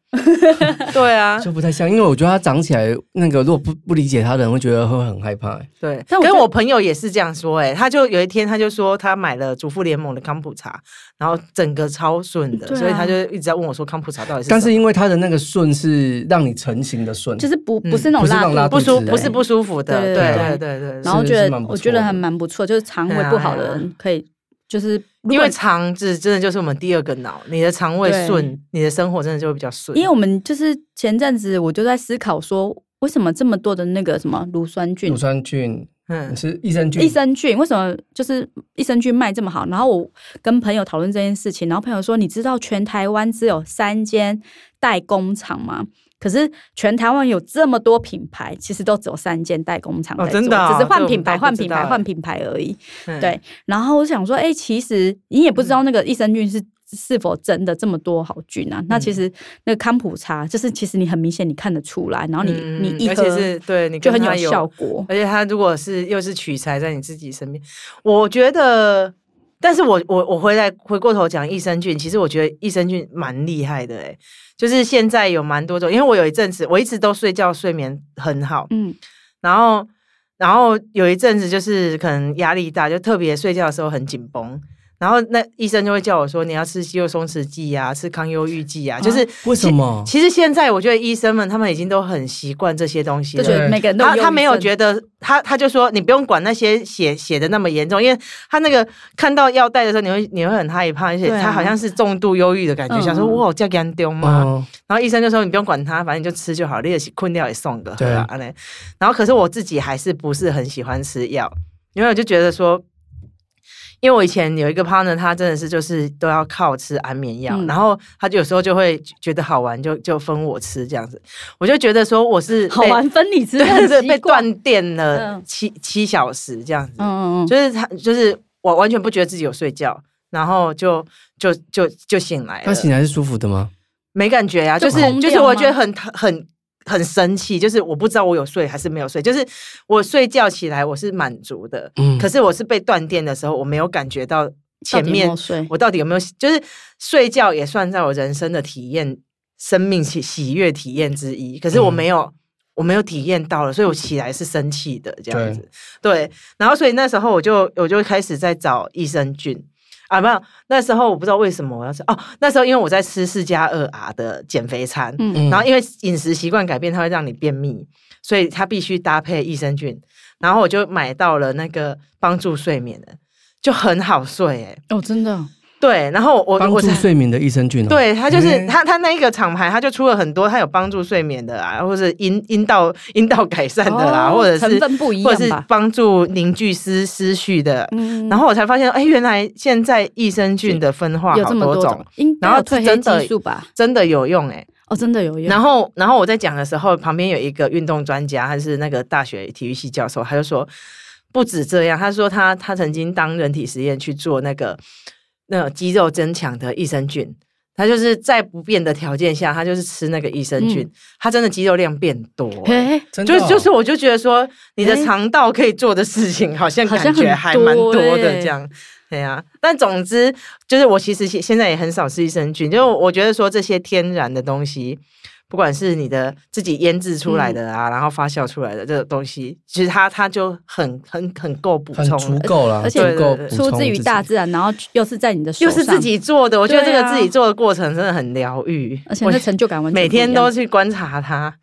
B: 对啊，
A: 就不太像，因为我觉得它长起来，那个如果不不理解它的人会觉得会很害怕、欸
B: 对，
C: 但我
B: 跟
C: 觉得
B: 我朋友也是这样说、欸，哎，他就有一天他就说他买了主妇联盟的康普茶，然后整个超顺的，
C: 对啊
B: 所以他就一直在问我说康普茶到底是什么？
A: 但是因为它的那个顺是让你成型的顺，
C: 就是不不是
A: 嗯
C: 那
A: 不
C: 种
A: 是那种
C: 拉
A: 拉
C: 肚
B: 不
A: 肚
B: 舒
A: 子欸
B: 不是不舒服的，对
C: 对对
B: 对对
C: 对
B: 对对
C: 然后
A: 是
C: 觉
A: 是
C: 得
A: 蛮不
C: 我觉得
A: 错
C: 还
A: 的
C: 蛮不错，就是肠胃不好的
B: 对啊
C: 人可以，就是
B: 因为
C: 如果
B: 肠子真的就是我们第二个脑，你的肠胃
C: 对
B: 顺，你的生活真的就会比较顺。
C: 因为我们就是前阵子我就在思考说，为什么这么多的那个什么乳酸菌
A: 乳、酸菌，
B: 嗯
A: 你，是益生菌，
C: 益生菌，为什么就是益生菌卖这么好？然后我跟朋友讨论这件事情，然后朋友说，你知道全台湾只有三间代工厂吗？可是全台湾有这么多品牌，其实都只有三间代工厂
B: 哦
C: 在做，
B: 真的啊
C: 只是
B: 这
C: 换
B: 我
C: 品
B: 们倒
C: 牌、
B: 不
C: 换
B: 知
C: 品
B: 道
C: 牌、
B: 欸
C: 换品牌而已。
B: 嗯
C: 对，然后我想说，哎、其实你也不知道那个益生菌是是否真的这么多好菌
B: 嗯
C: 啊？那其实那个康普茶，就是其实你很明显你看得出来，然后你、
B: 嗯
C: 你一
B: 而
C: 喝
B: 且是对你
C: 就
B: 跟
C: 很
B: 他
C: 有
B: 有
C: 效果。
B: 而且他如果是又是取材在你自己身边，我觉得，但是我我我回来回过头讲益生菌，其实我觉得益生菌蛮厉害的诶、欸就是现在有蛮多种，因为我有一阵子我一直都睡觉睡眠很好，
C: 嗯，
B: 然后然后有一阵子就是可能压力大，就特别睡觉的时候很紧绷。然后那医生就会叫我说你要吃肌肉松弛剂啊，吃抗忧郁剂啊，
C: 哦
B: 就是
A: 为什么？
B: 其实现在我觉得医生们他们已经都很习惯这些东西
C: 就
B: 了
C: 觉，得每个人都
B: 他他没有
C: 得
B: 觉得他他就说你不用管那些写写的那么严重，因为他那个看到药袋的时候，你会你会很害怕，而且
C: 对啊
B: 他好像是重度忧郁的感觉，
C: 嗯
B: 想说哇这样丢吗？
A: 哦，
B: 然后医生就说你不用管他，反正你就吃就好，你也是困掉也送的，
A: 对
B: 对吧？然后可是我自己还是不是很喜欢吃药，因为我就觉得说。因为我以前有一个 partner，他真的是就是都要靠吃安眠药，
C: 嗯
B: 然后他就有时候就会觉得好玩，就就分我吃这样子。我就觉得说我是
C: 好
B: 被
C: 玩分离之
B: 对对，
C: 很
B: 被
C: 奇怪。
B: 断电了
C: 嗯
B: 七、七小时这样子，
C: 嗯嗯嗯，
B: 就是他就是我完全不觉得自己有睡觉，然后就就就就醒来
A: 它
B: 了，
A: 醒来是舒服的吗？
B: 没感觉呀、
C: 就
B: 就是
C: 空
B: 就是
C: 掉
B: 我
C: 吗
B: 觉得很很。很生气，就是我不知道我有睡还是没有睡，就是我睡觉起来我是满足的，
A: 嗯，
B: 可是我是被断电的时候，我没有感觉到前面
C: 到底有没有睡
B: 我到底有没有，就是睡觉也算在我人生的体验、生命喜喜悦体验之一。可是我
C: 嗯
B: 没有，我没有体验到了，所以我起来是生气的这样子。对，然后所以那时候我就我就开始在找益生菌。啊，没有，那时候我不知道为什么我要吃哦。那时候因为我在吃四加二 R 的减肥餐，
C: 嗯
B: 然后因为饮食习惯改变，它会让你便秘，所以它必须搭配益生菌。然后我就买到了那个帮助睡眠的，就很好睡哎、
C: 哦，真的，
B: 对，然后我
A: 帮
B: 我
A: 助
B: 才
A: 睡眠的益生菌、哦。，
B: 对它就是
A: 嗯
B: 它它那一个厂牌，它就出了很多，它有帮助睡眠的啊，或者阴阴道阴道改善的啦，
C: 哦
B: 或者
C: 成
B: 是
C: 分不一
B: 或
C: 样
B: 者是
C: 吧？
B: 帮助凝聚思思绪的。
C: 嗯
B: 然后我才发现，哎，原来现在益生菌的分化
C: 有
B: 好
C: 这么
B: 多
C: 多
B: 种
C: 种，，应
B: 然
C: 该
B: 后
C: 有褪黑
B: 真的
C: 激素吧？
B: 真的有用哎、
C: 哦，真的有用。
B: 然后，然后我在讲的时候，旁边有一个运动专家，他是那个大学体育系教授，他就说不止这样，他说他他曾经当人体实验去做那个那个肌肉增强的益生菌，他就是在不变的条件下，他就是吃那个益生菌，他真的肌肉量变多、
C: 嘿，
A: 真的
B: 就
A: 哦、
B: 就是，我就觉得说，你的
C: 哎
B: 肠道可以做的事情，好像
C: 好
B: 感
C: 像
B: 觉
C: 很
B: 还蛮
C: 多
B: 多的
C: 欸
B: 这样。对啊，但总之就是我其实现现在也很少吃益生菌，就是我觉得说这些天然的东西，不管是你的自己腌制出来的啊，
C: 嗯
B: 然后发酵出来的这个东西，其实它它就很很很够补
A: 很
B: 充啊
A: 足
B: 了，
A: 够了，
C: 而且
A: 足够
B: 对对对
A: 补
C: 出
A: 充
C: 自于
A: 己
C: 大自然，然后又是在你的手
B: 又是
C: 上，
B: 自，己做的，我觉得这
C: 对
B: 个
C: 啊
B: 自己做的过程真的很疗愈，
C: 而且
B: 我
C: 那成就感完全
B: 每
C: 不一样
B: 天都去观察它，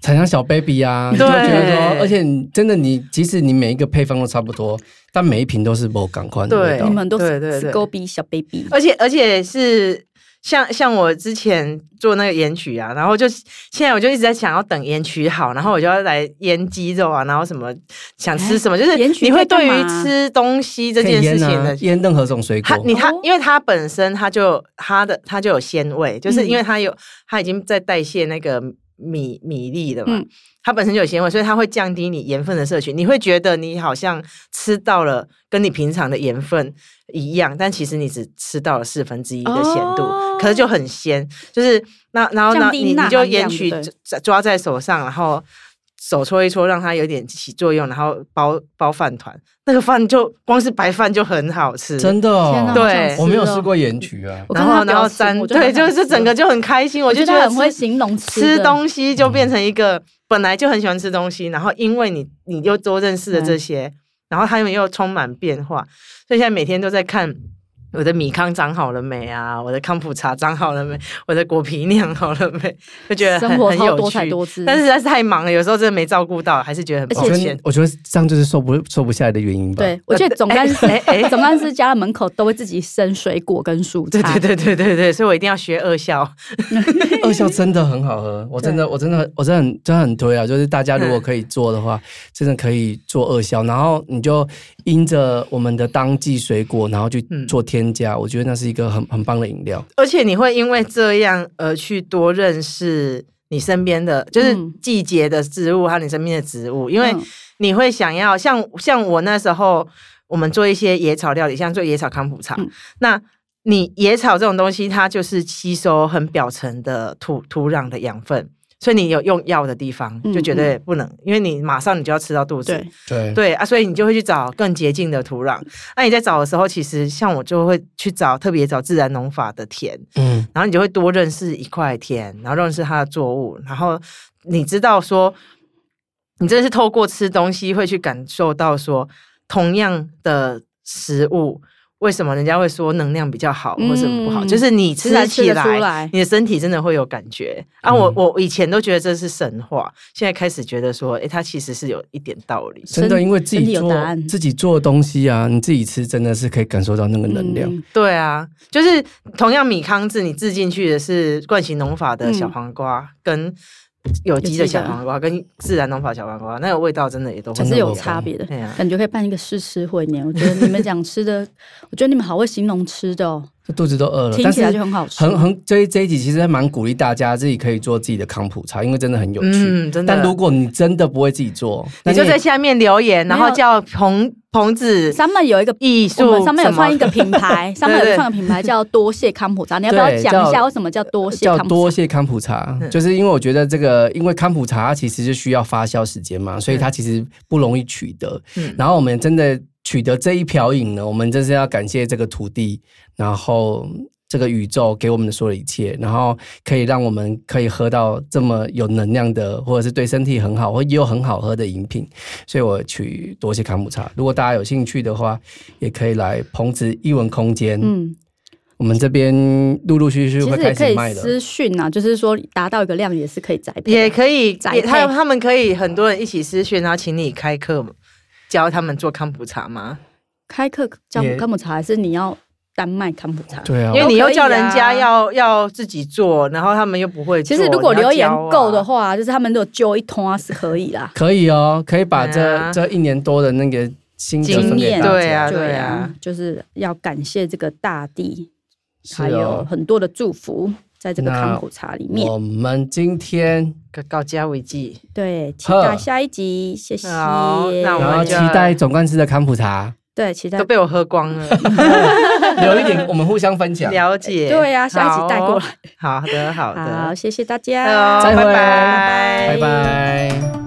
A: 才像小 baby 啊，你就
B: 对
A: 会觉得说，而且你真的你，即使你每一个配方都差不多，但每一瓶都是某感官的味道
C: 你。们都
B: 对
C: 是
B: 对对
C: s c o b 小 baby，
B: 而且而且是像像我之前做那个烟曲啊，然后就现在我就一直在想要等烟曲好，然后我就要来腌鸡肉啊，然后什么想吃什么，就是
C: 盐曲
B: 你会
C: 在干
B: 对
C: 嘛
B: 于吃东西这
A: 可以
B: 件事
A: 腌
B: 情
A: 啊
B: 的，。
A: 腌任何种水
B: 它
A: 果，
B: 你它
C: 哦，
B: 因为它本身它就它的它就有鲜味，就是
C: 嗯
B: 因为它有它已经在代谢那个米米粒了嘛
C: 嗯，
B: 它本身就有鲜味，所以它会降低你盐分的摄取，你会觉得你好像吃到了跟你平常的盐分一样，但其实你只吃到了四分之一的咸度，
C: 哦
B: 可是就很鲜，就是那然后呢
C: 降，低
B: 你你
C: 钠含
B: 就
C: 量
B: 盐曲
C: 对
B: 抓抓在手上，然后。手搓一搓，让它有点起作用，然后包包饭团，那个饭就光是白饭就很好吃，
A: 真的
C: 天
A: 哦
C: 哪，
B: 对
C: 好想吃
A: 我没有
C: 哦
A: 吃，过盐菊啊。
C: 我
B: 然
C: 看他
B: 后然
C: 表
B: 后
C: 情
B: 沾
C: 我
B: 对，
C: 很想
B: 就是
C: 吃
B: 整个就很开心。我就
C: 觉
B: 觉
C: 得
B: 得
C: 很会
B: 吃
C: 形容
B: 吃
C: 的嗯
B: 东西就变成一个本来就很喜欢吃东西，然后因为你你又多认识了
C: 嗯
B: 这些，然后他们又充满变化，所以现在每天都在看。我的米糠长好了没啊？我的康普茶长好了没？我的果皮酿好了没？就觉得很
C: 生活
B: 很
C: 超
B: 有
C: 多彩
B: 趣，
C: 多姿，
B: 但是实在是太忙了，有时候真的没照顾到，还是觉得很
C: 而且
B: 抱
A: 我觉
B: 歉
A: 得。，我觉得这样就是瘦不瘦不下来的原因吧。，
C: 对我记得总干事
B: 哎哎哎
C: 总干事家的门口都会自己生水果跟蔬
B: 对
C: 菜，
B: 对对对对对，所以我一定要学二校。
A: 哎二校真的很好喝，我真的，我真的，我真的很真的很推啊！就是大
B: 嗯
A: 家如果可以做的话，真的可以做二校，然后你就因着我们的当季水果，然后去
B: 嗯
A: 做添加，我觉得那是一个很很棒的饮料。
B: 而且你会因为这样而去多认识你身边的，就是
C: 嗯
B: 季节的植物和你身边的植物，因为
C: 嗯
B: 你会想要像像我那时候，我们做一些野草料理，像做野草康普茶，
C: 嗯
B: 那。你野草这种东西，它就是吸收很表层的土土壤的养分，所以你有用药的地方
C: 嗯
B: 就绝对不能，因为你马上你就要吃到肚子，
C: 对，
A: 对，
B: 对啊，所以你就会去找更洁净的土壤。那你在找的时候，其实像我就会去找特别找自然农法的田，
A: 嗯，
B: 然后你就会多认识一块田，然后认识它的作物，然后你知道说，你真的是透过吃东西会去感受到说，同样的食物，为什么人家会说能量比较好，
C: 嗯
B: 为什么不好？就是你吃
C: 吃得
B: 起
C: 出
B: 来，
C: 来嗯
B: 你的身体真的会有感觉啊！我我以前都觉得这是神话，现在开始觉得说，诶，它其实是有一点道理。
A: 真的，
C: 身
A: 因为自
C: 身体
A: 己
C: 有
A: 做
C: 答案
A: 自己做的东西啊，你自己吃真的是可以感受到那个能量。
C: 嗯
B: 对啊，就是同样米糠制，你制进去的是冠型农法的
C: 嗯
B: 小黄瓜、跟有机的小黄瓜，跟自然农法小黄瓜，那个味道真的也都
A: 真
C: 还
A: 的
C: 是有
A: 不一样
C: 差别的
B: 对啊，
C: 感觉可以办一个试吃会呢。我觉得你们讲吃的， 我觉得你们好会形容吃的哦，
A: 就肚子都饿了，呃
C: 听
A: 但
C: 起
A: 是
C: 来就很好吃。
A: 很很这一这一集其实还蛮鼓励大家自己可以做自己的康普茶，因为真的很有趣。
B: 嗯，真的。
A: 但如果你真的不会自己做，那
B: 你就
A: 也
B: 在下面留言，然后
C: 没有
B: 叫彭彭子
C: 上面有一个。
B: 艺
C: 我
B: 术，
C: 们上面有创一个品牌，上面
B: 对
C: 有
B: 对
C: 创个品牌叫多谢康普茶，你要不要
A: 对
C: 讲
A: 叫
C: 一下为什么叫多谢
A: 叫
C: 康普茶？
A: 多谢康普茶，
B: 嗯
A: 就是因为我觉得这个，因为康普茶它其实是需要发酵时间
C: 嗯
A: 嘛，所以它其实不容易取得。
B: 嗯
A: 然后我们真的取得这一瓢饮呢，我们真是要感谢这个土地，然后。这个宇宙给我们的所有一切，然后可以让我们可以喝到这么有能量的，或者是对身体很好，或也有很好喝的饮品。所以我取多谢康普茶。如果大家有兴趣的话，也可以来彭子艺文空间。
C: 嗯，
A: 我们这边陆陆续续
C: 其
A: 会
C: 实也
A: 开
C: 可
A: 始
C: 以
A: 卖的。
C: 私讯啊，就是说达到一个量也是可以栽培的，
B: 也可以，
C: 宅
B: 也
C: 配
B: 他他们可以很多人一起私讯，然后请你开课嘛，教他们做康普茶吗？
C: 开课教
A: 也
C: 康普茶，还是你要单卖康普茶？
A: 对啊
B: 因，为你
C: 都
B: 又
C: 可以
B: 叫人家
C: 啊
B: 要、要自己做，然后他们又不会
C: 其
B: 做。
C: 实如果
B: 你要
C: 留言
B: 教啊
C: 够的，话，就是他们如果揪一通啊是可以啦。
A: 可以哦，可以把
B: 对
A: 这、
B: 啊
A: 这一年多的那个心得
B: 经
A: 分给
C: 验
A: 大家。
B: 对啊
C: 对
B: 啊
C: 啊，就是要感谢这个大地，
A: 是
C: 还有
A: 哦。
C: 很多的祝福在这个
A: 那
C: 康普茶里面。
A: 我们今天，
B: 告告家为记，
C: 对，期
A: 呵
C: 待下一集，谢谢。
B: 好那我们
A: 然后期
B: 就
A: 待总干事的康普茶，
C: 对，期待
B: 都。被我喝光 了。
A: 留一点我们互相分享。
B: 了解，
C: 对啊呀、下一集带过来。
B: 好。好的，好的
C: 好，，谢谢大
B: 哎呦
C: 家，
A: 再会
B: 拜
A: 拜拜。